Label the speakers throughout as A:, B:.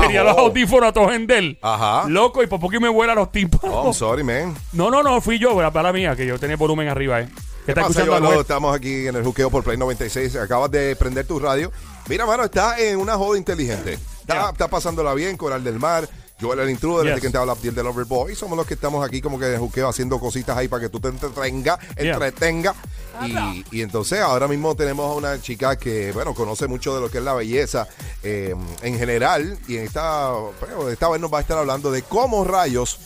A: tenía los audífonos a todo gender.
B: Ajá.
A: Loco, y por poco y me vuela los tímpanos.
B: Oh, I'm sorry, man.
A: No, no, no, fui yo, la para mía, que yo tenía volumen arriba, eh.
B: ¿Qué
A: Que está
B: pasa,
A: escuchando a
B: Joel?
A: Noel.
B: Estamos aquí en el juqueo por Play 96. Acabas de prender tu radio. Mira, mano, está en una joda inteligente. Está,
A: Yeah.
B: está pasándola bien, Coral del Mar. Joel el intruder,
A: Yes.
B: el que te habla Abdiel del Overboy. Somos los que estamos aquí como que de juqueo haciendo cositas ahí para que tú te entretenga,
A: Yeah. Ah,
B: entretenga. Y, y entonces ahora mismo tenemos a una chica que, bueno, conoce mucho de lo que es la belleza eh, en general. Y en esta, bueno, esta vez nos va a estar hablando de cómo rayos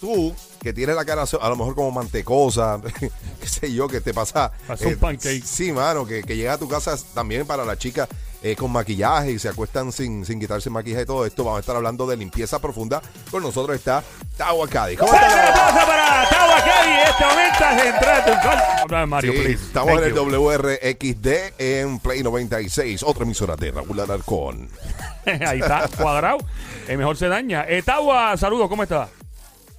B: tú, que tienes la cara so- a lo mejor como mantecosa, qué sé yo, que te pasa eh,
A: Haz un pancake.
B: Sí, mano, que, que llega a tu casa también para la chica eh, con maquillaje y se acuestan sin, sin quitarse el maquillaje y todo esto. Vamos a estar hablando de limpieza profunda. Con nosotros está Tawa Cádiz. ¿Cómo
A: ¡Fuerte la
B: estás?
A: taza para Tawa Kelly! Este momento es entrar a tu casa. Habla de Mario,
B: Sí,
A: please.
B: estamos
A: Thank
B: en el
A: you.
B: WRXD en Play 96, otra emisora de Raúl Alarcón.
A: Ahí está, cuadrado. El mejor se daña. Eh, Tawa, saludos, ¿cómo estás?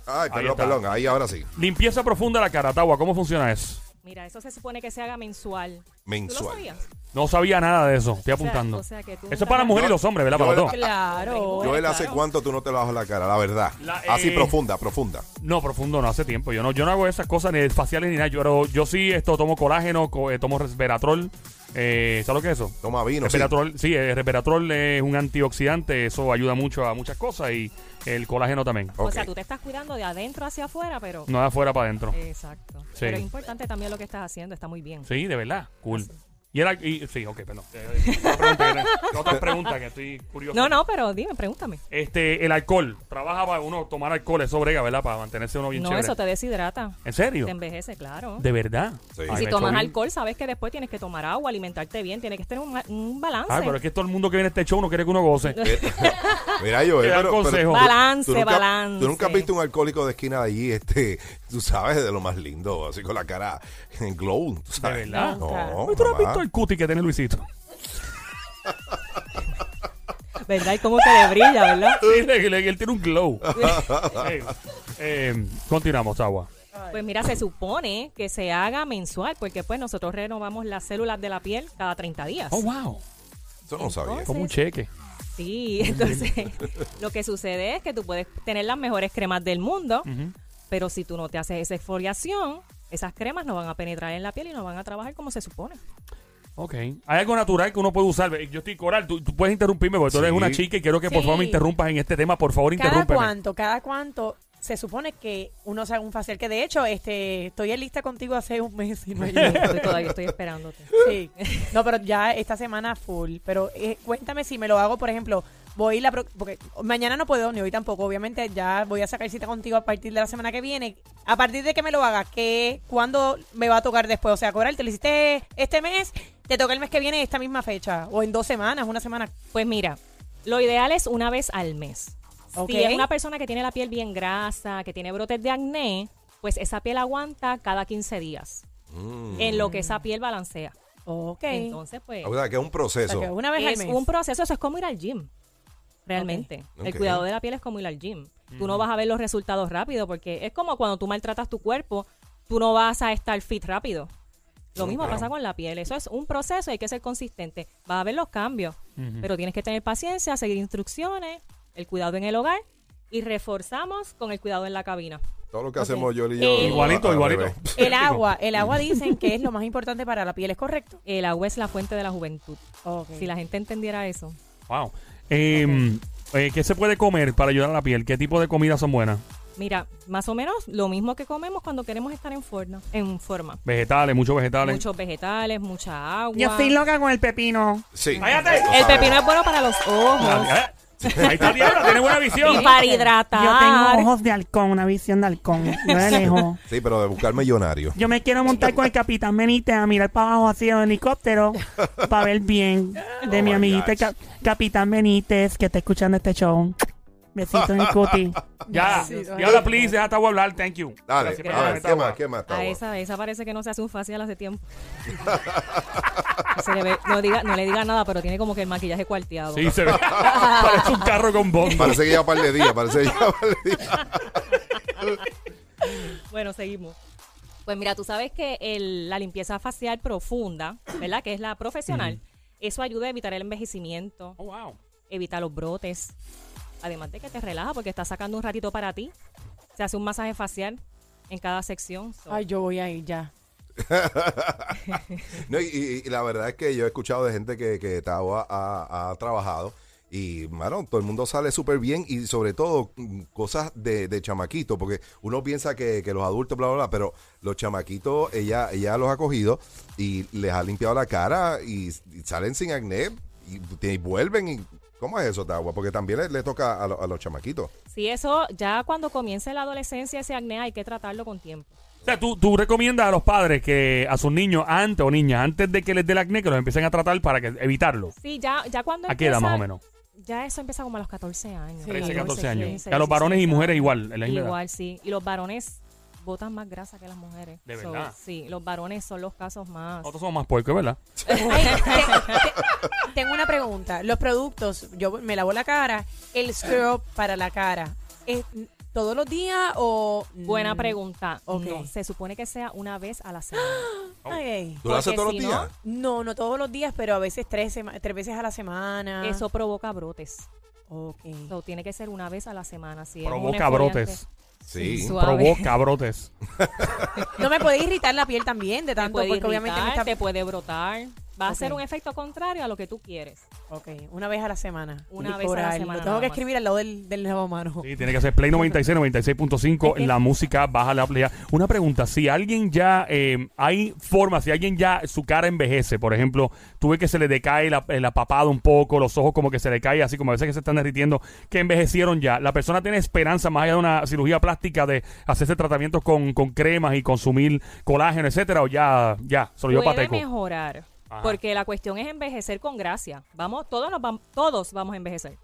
B: Ay,
A: Ahí
B: perdón,
A: está.
B: perdón, ahí ahora sí.
A: Limpieza profunda de la cara, Tawa, ¿cómo funciona eso?
C: Mira, eso se supone que se haga mensual. ¿Tú lo
B: Mensual.
C: sabías?
A: No sabía nada de eso, estoy
C: sea,
A: apuntando.
C: o sea que tú
A: eso es para las mujeres y los hombres, ¿verdad? Para
B: Yo-
A: los dos.
C: Claro.
B: Joel, ¿hace
C: claro.
B: cuánto tú no te bajas la cara? La verdad.
A: La, eh,
B: Así profunda, profunda.
A: No, profundo no, hace tiempo. Yo no, yo no hago esas cosas ni faciales ni nada. Yo, pero yo sí esto tomo colágeno, co- eh, tomo resveratrol. Eh, ¿Sabes lo que es eso?
B: Toma vino. sí.
A: Resveratrol, sí, el resveratrol es un antioxidante, eso ayuda mucho a muchas cosas y el colágeno también.
C: O sea,
B: Ok.
C: tú te estás cuidando de adentro hacia afuera, pero...
A: No de afuera para adentro.
C: Exacto.
A: Sí.
C: Pero es importante también lo que estás haciendo, está muy bien.
A: Sí, de verdad, cool. Y era. y- sí, ok, perdón. Eh, otra pregunta que era- Otra pregunta que estoy curioso.
C: No, no, pero dime, pregúntame.
A: Este, el alcohol. Trabaja para uno tomar alcohol, eso brega, ¿verdad? Para mantenerse uno bien
C: No,
A: chévere.
C: eso te deshidrata.
A: ¿En serio?
C: Te envejece, claro.
A: ¿De verdad?
B: Sí.
A: Ay,
B: Y
C: Y si
A: me
C: tomas
A: cogí.
C: alcohol, sabes que después tienes que tomar agua, alimentarte bien, tienes que tener un, un balance.
A: Ay, pero es que todo el mundo que viene a este show no quiere que uno goce.
B: Mira, yo,
A: Te da consejo.
C: Balance,
B: nunca,
C: balance.
B: Tú nunca has visto un alcohólico de esquina de allí, este, tú sabes, de lo más lindo, así con la cara en glow, tú sabes.
A: verdad?
B: No,
A: ¿Tú no has
B: mamá.
A: visto el cuti que tiene Luisito?
C: ¿Verdad? Y como que le brilla, ¿verdad?
A: Sí, le- le- él tiene un glow. Eh, eh, continuamos, Agua.
C: Pues mira, se supone que se haga mensual, porque pues nosotros renovamos las células de la piel cada 30 días.
A: Oh, wow.
B: Eso no sabía.
A: Como un cheque.
C: Sí, entonces lo que sucede es que tú puedes tener las mejores cremas del mundo, pero si tú no te haces esa exfoliación, esas cremas no van a penetrar en la piel y no van a trabajar como se supone.
A: Ok. Hay algo natural que uno puede usar. Eh, Yo estoy coral. Tú, tú puedes interrumpirme porque tú eres
B: Sí.
A: una chica y quiero que por
D: Sí.
A: favor me interrumpas en este tema. Por favor,
D: Cada
A: interrúmpeme.
D: cuánto, cada cuánto se supone que uno se haga un facial. Que de hecho, este, estoy en lista contigo hace un mes y no he ido.
C: Estoy todavía estoy esperándote.
D: Sí. No, pero ya esta semana full. Pero eh, cuéntame si me lo hago, por ejemplo, voy la pro- porque mañana no puedo ni hoy tampoco. Obviamente ya voy a sacar cita contigo a partir de la semana que viene. A partir de que me lo haga, ¿qué, ¿cuándo me va a tocar después? O sea, cobrar, te lo hiciste este mes, te toca el mes que viene esta misma fecha o en dos semanas, una semana.
C: Pues mira, lo ideal es una vez al mes.
D: Ok.
C: Si es una persona que tiene la piel bien grasa, que tiene brotes de acné, pues esa piel aguanta cada 15 días, en lo que esa piel balancea.
D: Ok.
C: Entonces, pues
B: Mm. O sea, que es un
D: O sea,
B: proceso.
D: que una vez
C: es
D: al mes.
C: un proceso, eso es como ir al gym. Realmente. El
B: Ok.
C: cuidado de la piel es como ir al gym. Tú no vas a ver los resultados rápido porque es como cuando tú maltratas tu cuerpo, tú no vas a estar fit rápido. Lo mismo pasa con la piel. Eso es un proceso, hay que ser consistente. Vas a ver los cambios, pero tienes que tener paciencia, seguir instrucciones, el cuidado en el hogar y reforzamos con el cuidado en la cabina.
B: Todo lo que hacemos yo y yo.
D: Eh,
A: Igualito,
B: al
A: igualito.
B: revés.
D: El agua, el agua dicen que es lo más importante para la piel, ¿es correcto?
C: El agua es la fuente de la juventud.
D: Ok.
C: Si la gente entendiera eso.
A: Wow. Eh, eh, ¿Qué se puede comer para ayudar a la piel? ¿Qué tipo de comidas son buenas?
C: Mira, más o menos lo mismo que comemos cuando queremos estar en forma. En forma.
A: Vegetales, muchos vegetales.
C: Muchos vegetales, mucha agua.
E: Yo estoy loca con el pepino.
B: Sí.
A: ¡Cállate!
B: Tú
C: El
B: sabes.
C: pepino es bueno para los ojos
A: Ah, eh. Ahí está Diabla, tiene buena
C: y
A: visión.
C: para
E: Yo tengo
C: hidratar.
E: ojos de halcón, una visión de halcón. Yo de lejos.
B: Sí, pero de buscar millonario.
E: Yo me quiero montar con el capitán Benítez a mirar para abajo así en helicóptero para ver bien de
B: Oh
E: mi
B: my
E: amiguita
B: gosh.
E: Cap- Capitán Benítez que está escuchando este show. Besito en el cuti.
A: Ya,
D: Sí, sí.
A: Diabla, please, deja a hablar. Thank you.
B: Dale,
A: Gracias por
B: a
A: dejarme,
B: ver, ¿qué
A: Tawa.
B: más? ¿Qué más?
C: A
B: Tawa?
C: Ah, esa, esa parece que no se hace un facial hace tiempo. Se le ve- no, diga, no le diga nada, pero tiene como que el maquillaje cuarteado.
A: Sí, se ve. Parece un carro con bomba.
B: Parece que ya un par de días, parece que ya un par de días.
C: Bueno, seguimos. Pues mira, tú sabes que el- la limpieza facial profunda, ¿verdad? Que es la profesional, eso ayuda a evitar el envejecimiento,
A: Oh, wow.
C: evita los brotes, Además de que te relaja porque estás sacando un ratito para ti. Se hace un masaje facial en cada sección. So,
D: Ay, yo voy a ir ya.
B: No, y, y- y la verdad es que yo he escuchado de gente que, que Tawa ha, ha trabajado y, mano, todo el mundo sale súper bien y sobre todo mm, cosas de, de chamaquito, porque uno piensa que, que los adultos, bla, bla, bla, pero los chamaquitos, ella, ella los ha cogido y les ha limpiado la cara y, y salen sin acné y, y vuelven y... ¿Cómo es eso, Tawa? Porque también le, le toca a, lo- a los chamaquitos.
C: sí, eso ya cuando comience la adolescencia, ese acné hay que tratarlo con tiempo.
A: O sea, tú, tú recomiendas a los padres que a sus niños antes o niñas, antes de que les dé el acné, que los empiecen a tratar para que, evitarlo.
C: Sí, ya, ya cuando
A: ¿A qué edad
C: empieza-
A: más o menos?
C: Ya eso empieza como a los 14 años.
A: 13, 14
C: 15,
A: años.
C: 16,
A: Que a los varones y
C: 17.
A: mujeres igual, en la misma edad.
C: Igual, sí. Y los varones botan más grasa que las mujeres.
A: ¿De
C: So,
A: verdad?
C: sí, los varones son los casos más.
A: Nosotros somos más puercos, ¿verdad?
D: Ay, te- te- tengo una pregunta. Los productos, yo me lavo la cara, el scrub para la cara, ¿es todos los días o...? Mm.
C: Buena pregunta.
D: Ok.
C: No, se supone que sea una vez a la semana.
D: Ay,
B: ¿Tú lo haces
C: Porque
B: todos
C: si
B: los
C: no,
B: días?
D: No, no todos los días, pero a veces tres, sema- tres veces a la semana.
C: Eso provoca brotes.
D: Ok.
C: So, tiene que ser una vez a la semana. Si es un
A: Provoca
C: exfoliante
A: brotes.
B: Sí.
C: suave,
A: Provoca brotes.
D: No me puede irritar la piel también de
C: Te
D: tanto,
C: puede
D: porque
C: irritar,
D: obviamente no está...
C: te puede brotar. Va a
D: Ok.
C: ser un efecto contrario a lo que tú quieres.
D: Ok, una vez a la semana.
C: Una
D: Y
C: vez a la
D: coral.
C: semana
D: Lo
C: nada
D: tengo que
C: más.
D: escribir al lado del, del lavamanos.
A: Sí, tiene que ser Play 96, 96.5, la música, baja la playa. Una pregunta, si alguien ya, eh, hay forma, si alguien ya su cara envejece, por ejemplo, tú ves que se le decae la, eh, la papada un poco, los ojos como que se le cae, así como a veces que se están derritiendo, que envejecieron ya, la persona tiene esperanza más allá de una cirugía plástica de hacerse tratamientos con, con cremas y consumir colágeno, etcétera, o ya, ya, se lo dio
C: puede
A: pateco.
C: mejorar.
A: Ajá.
C: Porque la cuestión es envejecer con gracia. Vamos, todos nos vamos, todos vamos a envejecer.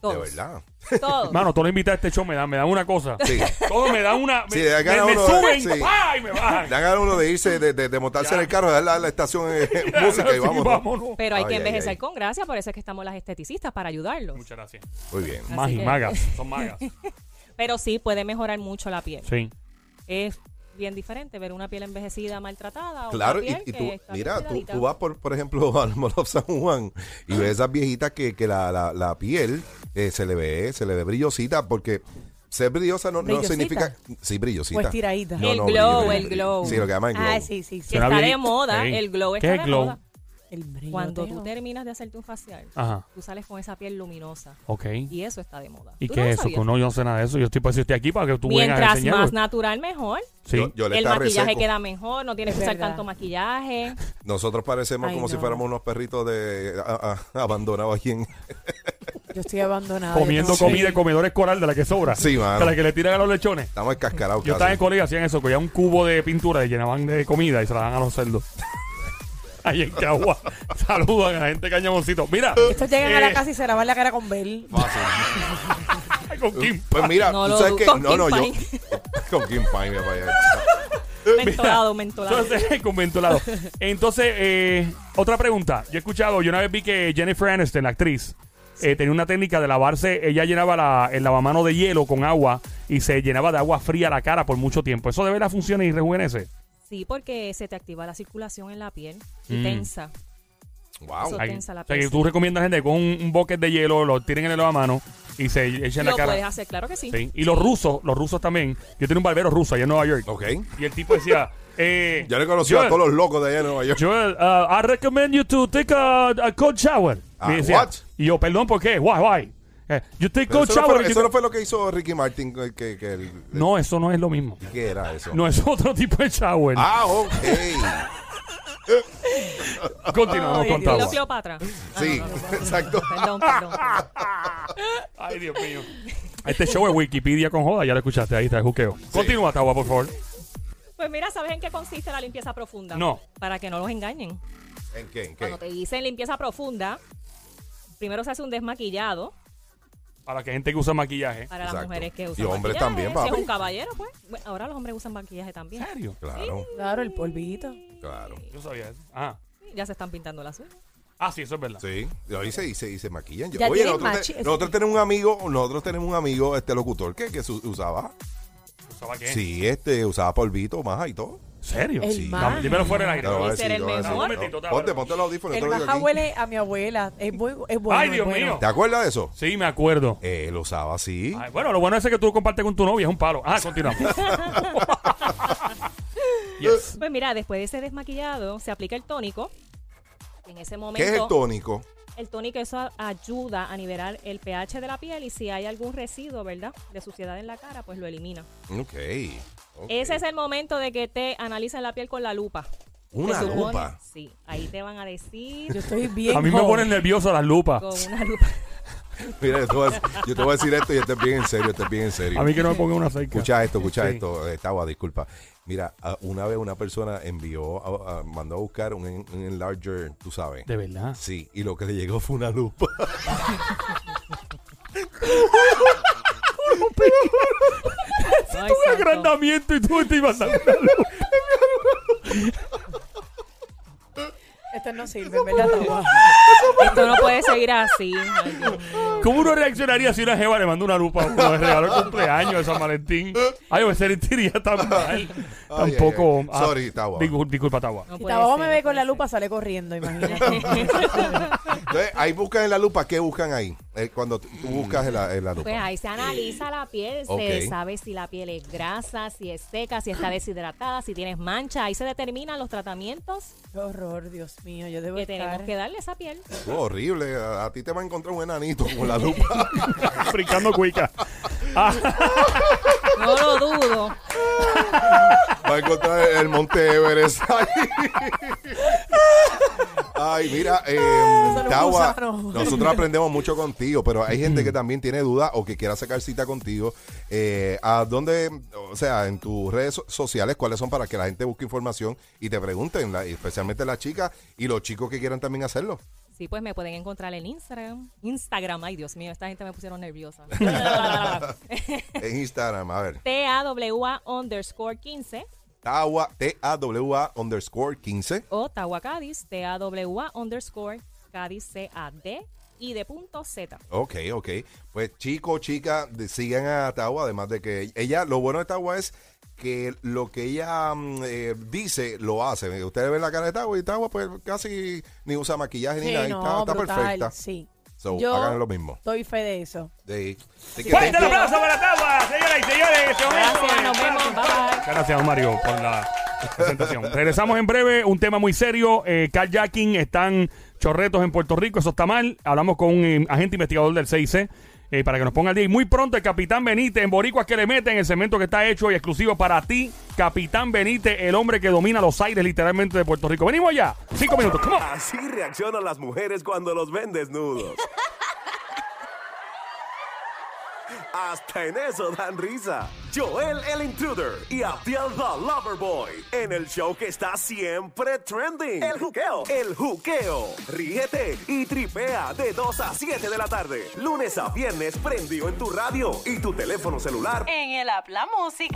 C: Todos.
B: De verdad.
C: Todos.
A: Mano, todos los invitados a este show me dan, me dan una cosa.
B: Sí.
A: Todos me dan una. Me,
B: Sí, de acá
A: me- me
B: uno-
A: suben
B: sí.
A: ¡pa! y me bajan.
B: Dan a uno de irse, de, de- de montarse en el carro, darle a la estación eh, música y
A: Sí,
B: vámonos.
A: vámonos.
C: Pero hay
B: Ay,
C: que
B: ay,
C: envejecer
B: ay.
C: con gracia, por eso es que estamos las esteticistas para ayudarlos.
A: Muchas gracias.
B: Muy bien.
A: Más y
C: que-
A: magas, son magas.
C: Pero sí puede mejorar mucho la piel.
A: Sí.
C: Es bien diferente ver una piel envejecida, maltratada. o una
B: Claro, y,
C: piel
B: y
C: que
B: tú,
C: está
B: mira, tú,
C: cuidadita.
B: tú vas, por, por ejemplo, al Mall of San Juan y ves esas viejitas que, que la, la- la piel eh, se le ve, se le ve brillosita, porque ser brillosa no, no
D: ¿Brillosita?
B: significa... Sí, brillosita.
D: Pues tiradita.
C: El glow,
B: brillo,
C: el glow.
B: Sí, lo que llaman glow.
D: Ah, sí, sí, sí.
C: Que está
A: Suena
C: de
A: bien.
C: moda,
A: Ey,
C: el glow
A: ¿qué
C: está
A: es
C: de
A: glow?
C: moda.
D: El brillo
C: Cuando tú
D: teo.
C: terminas de hacerte un facial,
A: Ajá.
C: tú sales con esa piel luminosa.
A: Ok. ¿Y,
C: Y eso está de moda. ¿Tú no
A: qué
C: lo
A: es eso?
C: sabías?
A: Que no, yo no sé nada de eso. Yo estoy, pues, yo estoy aquí para que tú vengas a
C: Mientras
A: enseñarlo.
C: más natural, mejor.
A: Sí.
B: Yo, yo le
C: El
B: estaba
C: maquillaje
B: reseco.
C: queda mejor, no tienes
D: Es
C: que usar
D: verdad.
C: tanto maquillaje.
B: Nosotros parecemos
D: Ay,
B: como si
D: no.
B: fuéramos unos perritos de a- a- abandonados aquí en...
D: Yo estoy abandonada.
A: Comiendo
D: yo tengo que
A: comida de
D: ir.
A: comedores coral de la que sobra.
B: Sí, mano.
A: De la que le tiran a los lechones.
B: Estamos escascarados
A: Yo estaba en
B: casi.
A: colegio hacían eso, cogían un cubo de pintura y llenaban de comida y se la dan a los cerdos. Ahí en Cagua. Saludan a la gente de cañamoncito. Mira.
D: Estos llegan a la
A: eh,
D: casa y se lavan la cara con Bel.
A: Con Kim.
B: Pues mira,
C: No
B: tú
C: lo
B: sabes
C: du-
B: que...
C: con
B: No, no, yo...
C: Kim
B: Con Kim Pine me vaya.
C: mentolado, mentolado.
A: Entonces, con mentolado. Entonces, eh, otra pregunta. Yo he escuchado, yo una vez vi que Jennifer Aniston, la actriz, eh, tenía una técnica de lavarse, ella llenaba la, el lavamano de hielo con agua y se llenaba de agua fría la cara por mucho tiempo. ¿Eso de verdad funciona y rejuvenece?
C: Sí, porque se te activa la circulación en la piel y
A: Mm.
C: tensa.
B: Wow.
C: Eso
A: Ay,
C: tensa la
A: o sea, que
C: piel.
A: tú recomiendas gente con un, un bucket de hielo, lo tienen en el lavamano y se echan
C: Lo
A: la cara.
C: puedes hacer, claro que sí.
A: Sí. Y los rusos, los rusos también. Yo tenía un barbero ruso allá en Nueva York.
B: Ok.
A: Y el tipo decía... Eh,
B: Yo le conocí a
A: Joel,
B: todos los locos de allá en Nueva York.
A: Joel, uh, I recommend you to take a, a cold shower.
B: Ah,
A: Me decía.
B: what?
A: Y yo, perdón, ¿por qué? Why, why? Eh, you take
B: Pero
A: cold
B: eso, no
A: shower.
B: fue,
A: you
B: eso
A: go-
B: no fue lo que hizo Ricky Martin. Que, que, que el-
A: no, eso no es lo mismo.
B: ¿Qué era eso?
A: No es otro tipo de shower.
B: Ah, ok.
A: Continuamos
D: Ay,
A: con
D: Dios.
A: Tawa.
C: Los Cleopatra.
B: Sí, exacto.
C: Perdón, perdón. perdón.
A: Ay, Dios mío. Este show es Wikipedia con joda, ya lo escuchaste, ahí está el juqueo. Continúa, Tawa, por favor.
C: Pues mira, ¿sabes en qué consiste la limpieza profunda?
A: No.
C: Para que no los engañen.
B: ¿En qué? ¿En
C: Cuando
B: qué?
C: te dicen limpieza profunda, primero se hace un desmaquillado
A: Para que gente que usa maquillaje.
C: para
B: Exacto.
C: las mujeres que
B: Y
C: usan
B: hombres
C: maquillaje.
B: también,
C: Si es
B: papi.
C: un caballero, pues. Bueno, ahora los hombres usan maquillaje también.
A: ¿En serio?
B: Claro,
D: Claro, el polvito.
B: claro.
A: Yo sabía eso. Ah,
C: Sí, Ya se están pintando las uñas.
A: ah sí, eso es verdad.
B: Sí, lo hice y se, y se maquillan. Yo-
D: Ya
B: Oye,
D: tienen
B: nosotros,
D: machi-
B: te- nosotros tenemos un amigo, nosotros tenemos un amigo, este locutor, que, que su- usaba,
A: ¿Usaba qué?
B: sí, este, usaba polvito, maja y todo.
A: serio?
D: El
A: Sí.
D: más.
A: Dame- Dímelo fuera del aire.
B: Te lo voy a
C: Ese
B: decir,
C: era
B: te lo voy a
C: el
B: decir.
A: mejor.
B: No,
A: Momentito, está,
B: Ponte,
A: pero-
B: ponte los audífonos,
D: El
B: te lo digo
D: más
B: aquí.
D: huele a mi abuela. Es, bu- es bueno.
A: Ay,
D: es
A: Dios
D: bueno.
A: mío.
B: ¿Te acuerdas de eso?
A: Sí, me acuerdo.
B: Eh, lo usaba así.
A: Ay, bueno, lo bueno es que tú compartes con tu novia, es un palo. Ah, continuamos. yes.
C: Pues mira, después de ese desmaquillado, se aplica el tónico. En ese momento,
B: ¿Qué es el tónico?
C: el tónico eso a- ayuda a nivelar el pH de la piel y si hay algún residuo, ¿verdad? De suciedad en la cara, pues lo elimina.
B: Ok. ok.
C: Ese es el momento de que te analizan la piel con la lupa.
B: Una
C: Se supone-
B: lupa.
C: Sí, ahí te van a decir
D: Yo estoy bien.
A: A mí me
D: joven.
A: ponen nervioso las lupas.
C: con una lupa.
B: Mira, yo te, voy a, yo te voy a decir esto y esto es bien en serio, esto es bien en serio.
A: A mí que no me pongan una cerca.
B: Escucha esto, escucha
A: Sí.
B: esto, eh, Tawa, disculpa. Mira, a- una vez una persona envió, a- a- mandó a buscar un, en- un enlarger, tú sabes.
A: De verdad.
B: Sí, y lo que le llegó fue una lupa.
C: Ay,
A: Tuve
C: santo.
A: agrandamiento y tú te ibas a
D: Esto no sirve, ¿verdad? Tawa?
C: Esto no puede seguir así. Ay, Dios mío.
A: ¿Cómo uno reaccionaría si una jeva le manda una lupa a uno de regalo de cumpleaños de San Valentín? Ay, me sentiría tan mal.
B: Ay,
A: Tampoco. Ah,
B: ay, ay. Sorry, Tawa.
A: discul- disculpa, Tawa.
C: No
D: Si
C: puede
D: Tawa
C: ser,
D: me
C: no
D: ve con la
C: puede
D: lupa, sale corriendo, imagínate.
C: ser.
B: Entonces, ahí buscan en la lupa, ¿qué buscan ahí? Eh, cuando t- tú buscas en la, en la lupa.
C: Pues ahí se analiza la piel,
B: Ok.
C: se sabe si la piel es grasa, si es seca, si está deshidratada, si tienes mancha. Ahí se determinan los tratamientos
D: Qué horror, Dios mío. Yo debo
C: que tenemos
D: estar.
C: que darle a esa piel.
B: Tú, horrible, a, a ti te va a encontrar un enanito con la lupa.
A: Brincando cuica. Ah,
C: No lo dudo.
B: va a encontrar el monte Everest ahí. Ay, mira, eh,
D: son
B: Tawa,
D: los gusanos.
B: nosotros aprendemos mucho contigo, pero hay gente que también tiene dudas o que quiera sacar cita contigo. Eh, ¿A dónde, o sea, en tus redes so- sociales, cuáles son para que la gente busque información y te pregunten, la- especialmente las chicas y los chicos que quieran también hacerlo?
C: Sí, pues me pueden encontrar en Instagram. Instagram, ay Dios mío, esta gente me pusieron nerviosa.
B: En Instagram, a ver,
C: T-A-W-A underscore 15
B: Tawa, T-A-W-A underscore 15.
C: o Tawa Cádiz, T-A-W-A underscore Cádiz C-A-D y de punto Z.
B: Ok, ok. Pues chico, chica, de- sigan a Tawa, además de que ella, lo bueno de Tawa es que lo que ella mm, eh, dice, lo hace. Ustedes ven la cara de Tawa y Tawa pues casi ni usa maquillaje ni
D: Sí,
B: nada. y está,
D: no,
B: está
D: brutal,
B: perfecta.
D: Sí.
B: So,
D: Yo- Pues,
B: hagan lo mismo.
D: Doy fe de eso.
B: Sí. Así que
A: ¡Fuerte el
B: thank you.
A: aplauso para Tawa, señoras y señores! en este momento.
C: Gracias, nos vemos. Bye bye.
A: Gracias, Mario, por la presentación. Regresamos en breve, un tema muy serio. Eh, kayaking, están chorretos en Puerto Rico, eso está mal. Hablamos con un eh, agente investigador del CIC eh, para que nos ponga al día. Y muy pronto el Capitán Benítez, en Boricuas que le meten, el cemento que está hecho y exclusivo para ti, Capitán Benítez, el hombre que domina los aires literalmente de Puerto Rico. Venimos ya, cinco minutos. Come on.
F: Así reaccionan las mujeres cuando los ven desnudos. Hasta en eso dan risa. Joel el Intruder y Abdiel the Loverboy en el show que está siempre trending. El juqueo. El juqueo. Ríete y tripea de 2 a 7 de la tarde. Lunes a viernes prendido en tu radio y tu teléfono celular
G: En el Habla Música.